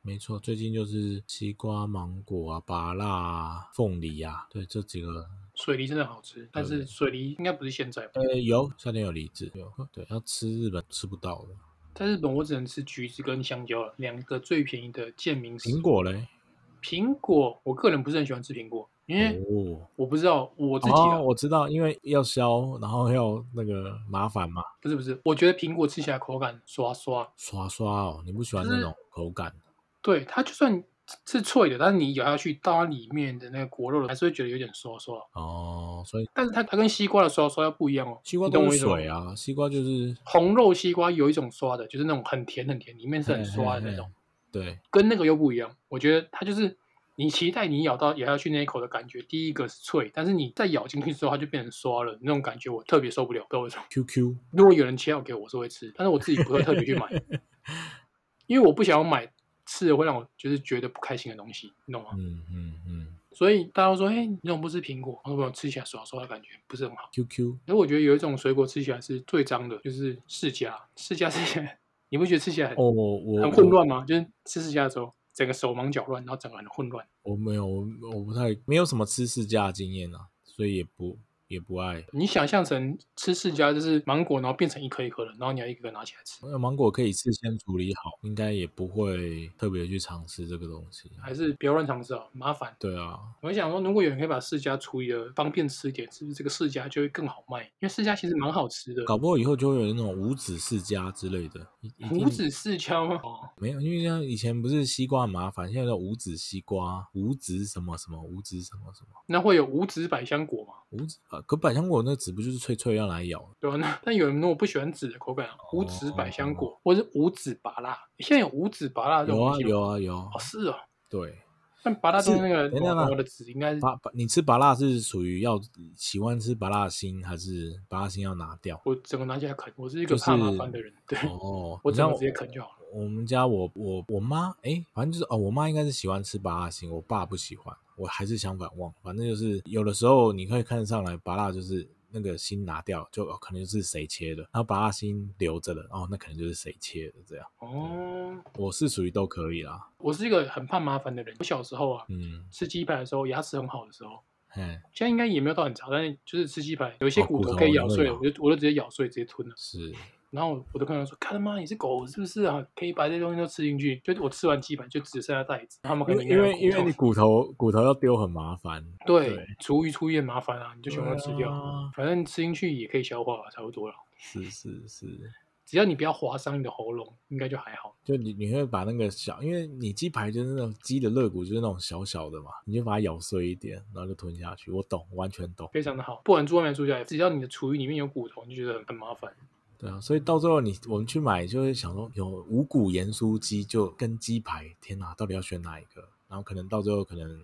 没错，最近就是西瓜、芒果啊、芭乐啊、凤梨啊，对这几个。水梨真的好吃，但是水梨应该不是现在吧。呃，有夏天有梨子，有对，要吃日本吃不到的。在日本，我只能吃橘子跟香蕉了，两个最便宜的健民食物苹果嘞？苹果，我个人不是很喜欢吃苹果，因为哦，我不知道我自己啊，哦，我知道，因为要削，然后要那个麻烦嘛，不是不是，我觉得苹果吃起来口感刷刷，刷刷哦，你不喜嗯欢那种口感。对它就算是脆的，但是你咬下去到它里面的那个果肉，还是会觉得有点刷刷。哦，所以但是它它跟西瓜的刷刷要不一样哦，西瓜你懂都我意是思吗水啊，西瓜就是红肉西瓜有一种刷的，就是那种很甜很甜，里面是很刷的那种，嘿嘿嘿对，跟那个又不一样。我觉得它就是你期待你咬到咬下去那一口的感觉，第一个是脆，但是你再咬进去之后，它就变成刷了，那种感觉我特别受不了，不知道为什么。 QQ 如果有人切好给我，我是会吃，但是我自己不会特别去买，因为我不想要买吃了会让我就是觉得不开心的东西，你懂吗？嗯嗯嗯所以大家都说，哎、你怎么不吃苹果？我说我吃起来爽爽的感觉不是很好。 ，QQ 而我觉得有一种水果吃起来是最脏的，就是释迦。释迦吃起来， 你不觉得吃起来很、哦，我我很混乱吗？就是吃释迦的时候，整个手忙脚乱，然后整个很混乱。我，我没有，我我不太没有什么吃世家的经验啊，所以也不也不爱。你想象成吃释迦就是芒果，然后变成一颗一颗的，然后你要一个个拿起来吃，那芒果可以事先处理好，应该也不会特别去尝试这个东西。还是不要乱尝试啊，麻烦。对啊，我想说，如果有人可以把释迦处理的方便吃一点，是不是这个释迦就会更好卖？因为释迦其实蛮好吃的。搞不好以后就会有那种无籽世家之类的。一一定五指释迦吗？哦，没有，因为像以前不是西瓜很麻烦，现在叫无籽西瓜、无籽什么什么、无籽什么什么、那会有五指百香果吗？无籽啊。可百香果那籽不就是脆脆要来咬？对吧、那但有人如果不喜欢籽的口感啊，五指百香果或是五指拔辣，现在有五指拔辣这种哦东有啊西吗有啊有啊哦，是哦，对，但拔辣中那个是等一下吧我的籽应该是，拔拔，你吃拔辣是属于要喜欢吃拔辣心，还是拔辣心要拿掉？我整个拿起来啃，我是一个就是怕麻烦的人，对，哦，我整你像个直接啃就好了。我们家我我我妈，哎、反正就是哦，我妈应该是喜欢吃拔辣心，我爸不喜欢，我还是想反忘，反正就是有的时候你可以看上来拔辣就是那个心拿掉，就、哦可能就是谁切的，然后拔辣心留着了，哦，那可能就是谁切的这样。哦，我是属于都可以啦，我是一个很怕麻烦的人。我小时候啊，嗯，吃鸡排的时候牙齿很好的时候，嘿，现在应该也没有到很长，但是就是吃鸡排，有一些哦骨骨头头可以咬你会碎，咬我就我就直接咬碎直接吞了。是然后我的朋友说：“看他妈，你是狗是不是啊？可以把这些东西都吃进去？”就我吃完鸡排就只剩下袋子，他们可能因为因为应因该有为你骨头骨头骨头要丢很麻烦，对对厨余出现麻烦啊，你就全部都吃掉，啊，反正吃进去也可以消化，差不多了。是是是，只要你不要划伤你的喉咙，应该就还好。就你你会把那个小，因为你鸡排就是那种鸡的肋骨，就是那种小小的嘛，你就把它咬碎一点，然后就吞下去。我懂，完全懂。非常的好，不管住外面住家，只要你的厨余里面有骨头，你就觉得很很麻烦。对啊，所以到最后你我们去买，就会想说有五谷盐酥鸡就跟鸡排，天哪，到底要选哪一个？然后可能到最后可能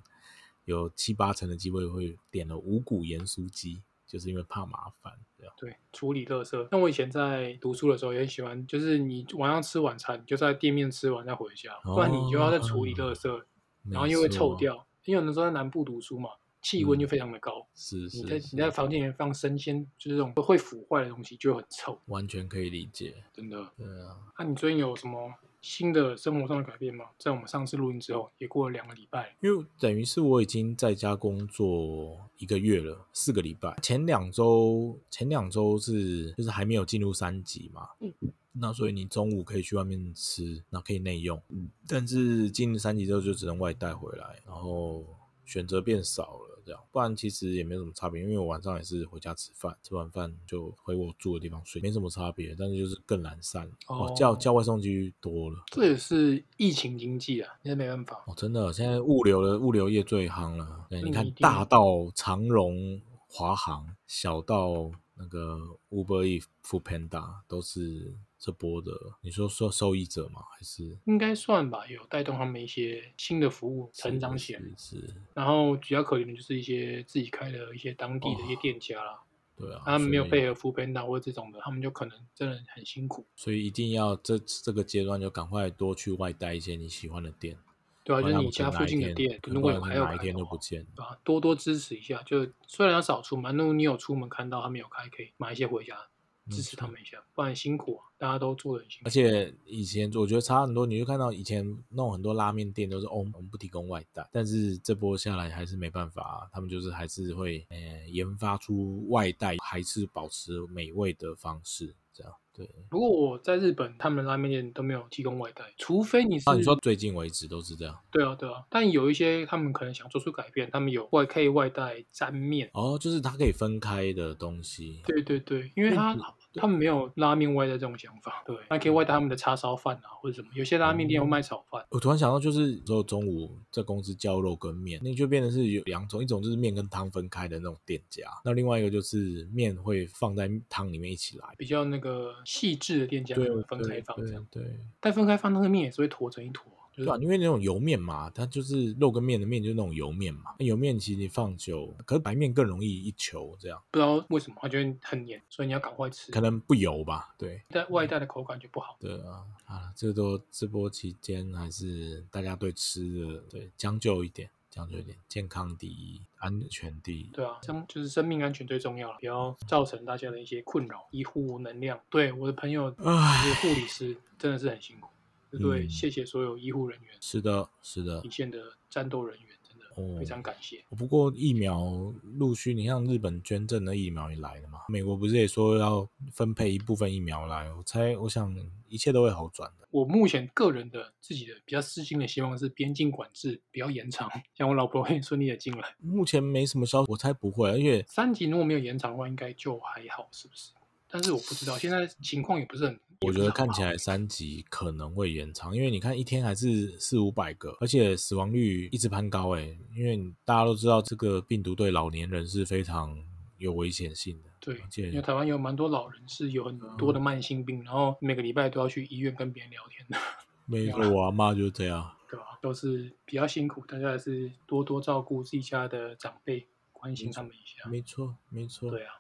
有七八成的机会会点了五谷盐酥鸡，就是因为怕麻烦，对啊，对，处理垃圾。那我以前在读书的时候也很喜欢，就是你晚上吃晚餐，你就在店面吃完再回家，不然你就要再处理垃圾，然后又会哦没臭错，掉。因为我那时候在南部读书嘛，气温就非常的高，嗯是你在是你在是，房间里面放生鲜，就是这种会腐坏的东西，就会很臭，完全可以理解。真的。对啊，那、你最近有什么新的生活上的改变吗？在我们上次录音之后，也过了两个礼拜，因为等于是我已经在家工作一个月了，四个礼拜。前两周前两周是就是还没有进入三级嘛，嗯那所以你中午可以去外面吃，那可以内用，嗯但是进入三级之后就只能外带回来，然后选择变少了，这样，不然其实也没什么差别，因为我晚上也是回家吃饭，吃完饭就回我住的地方睡，没什么差别，但是就是更懒散哦哦，叫叫外送几率多了。这也是疫情经济啊，那没办法。哦，真的，现在物流的物流业最夯了。对，嗯你一看定大到长荣、华航，小到那个 Uber E、f o o Panda，都是这波的，你说受受益者吗？还是应该算吧，有带动他们一些新的服务成长起来。是是然后比较可怜的就是一些自己开的一些当地的一些店家啦，对啊，他们没有哦所以配合扶贫党或这种的，他们就可能真的很辛苦，所以一定要这这个阶段就赶快多去外带一些你喜欢的店，对啊，哦不就是然你他家们附可能近的哪一店天，如果有可还能有哪开一天的就话不，见了。对吧？多多支持一下，就虽然要少出门，那如果你有出门看到他们有开，可以买一些回家没支持他错们一下，不然辛苦啊，大家都做的很辛苦嗯而。且以前我觉得差很多，你就看到以前那种很多拉面店都是哦，我们不提供外带，但是这波下来还是没办法、啊他们就是还是会呃研发出外带，还是保持美味的方式，这样对。不过我在日本，他们的拉面店都没有提供外带，除非你是、哦那你说最近为止都是这样对啊对啊，但有一些他们可能想做出改变，他们有外可以外带沾面，哦，就是它可以分开的东西，对对对，因为他他们没有拉面外带这种想法，对，还可以外带他们的叉烧饭啊或者什么，有些拉面哦店有卖炒饭，我突然想到，就是有时候中午在公司叫肉跟面，那就变成是有两种，一种就是面跟汤分开的那种店家，那另外一个就是面会放在汤里面一起来。比较那个细致的店家可对能会，分开对放对这样，对，但分开放那个面也是会坨成一坨，啊就对啊是吧、因为那种油面嘛，它就是肉跟面的面，就是那种油面嘛。那油面其实你放久，可是白面更容易一球，这样不知道为什么，他觉得很黏，所以你要赶快吃，可能不油吧？对，但外带的口感就不好。对啊，啊，这都这波期间还是大家对吃的对将就一点，将就一点，健康第一，安全第一。对啊，生就是生命安全最重要了，不要造成大家的一些困扰。医护能量，对我的朋友唉是护理师，真的是很辛苦。对不对，嗯谢谢所有医护人员、是的，是的一。线的战斗人员，真的哦非常感谢。不过疫苗陆续，你像日本捐赠的疫苗也来了嘛，美国不是也说要分配一部分疫苗来？我猜，我想一切都会好转的。我目前个人的自己的比较私心的希望是边境管制不要延长，像我老婆会顺利的进来。目前没什么消息，我猜不会，啊而且三级如果没有延长的话，应该就还好，是不是？但是我不知道，现在情况也不是很，也我不觉是得很看好起来三级可能会延长，因为你看一天还是四五百个，而且死亡率一直攀高诶、因为大家都知道这个病毒对老年人是非常有危险性的，对而，因为且台湾有蛮多老人是有很多的嗯慢性病，然后每个礼拜都要去医院跟别人聊天的，没啊错，我阿妈就这样。对吧？都是比较辛苦，大家还是多多照顾自己家的长辈，关心他们一下。没错，没错，对啊，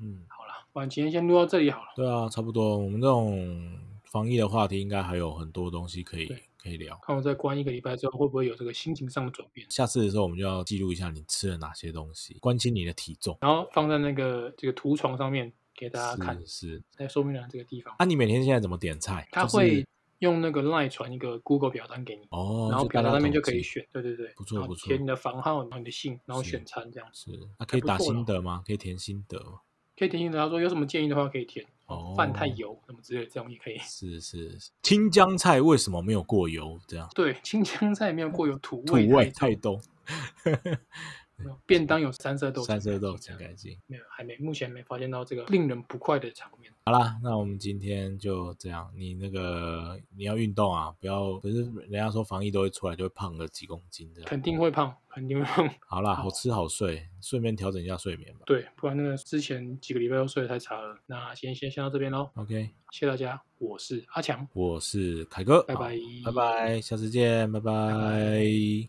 嗯，好啦，不然今天先录到这里好了。对啊，差不多。我们这种防疫的话题，应该还有很多东西可以对可以聊。看我再关一个礼拜之后，会不会有这个心情上的转变，下次的时候，我们就要记录一下你吃了哪些东西，关心你的体重。然后放在那个这个图床上面给大家看是，是。在说明栏这个地方，啊，你每天现在怎么点菜？他就是会用那个 line 传一个 Google 表单给你。哦，然后就表大单家上面就统可以计选，对对对，不错然后不错填你的房号，然后你的姓，然后是选餐这样子，是，啊，可以不打错心了得吗？可以填心得吗？可以填进来。他说有什么建议的话可以填，哦饭太油什么之类的，这种也可以。是是，是青江菜为什么没有过油？这样对，青江菜没有过有土土味味太太重重，没有便当有三色豆，三色豆这请样改进。没有，还没，目前没发现到这个令人不快的场面。好啦，啊那我们今天就这样。你那个你要运动啊，不要，不是人家说防疫都会出来就会胖个几公斤这样。肯定会啊胖，肯定会胖。好啦，好吃好睡，顺便调整一下睡眠吧。对，不然那个之前几个礼拜都睡得太差了。那先先先到这边喽， OK，谢谢大家，我是阿强，我是凯哥，拜好拜，拜拜，下次见，拜拜拜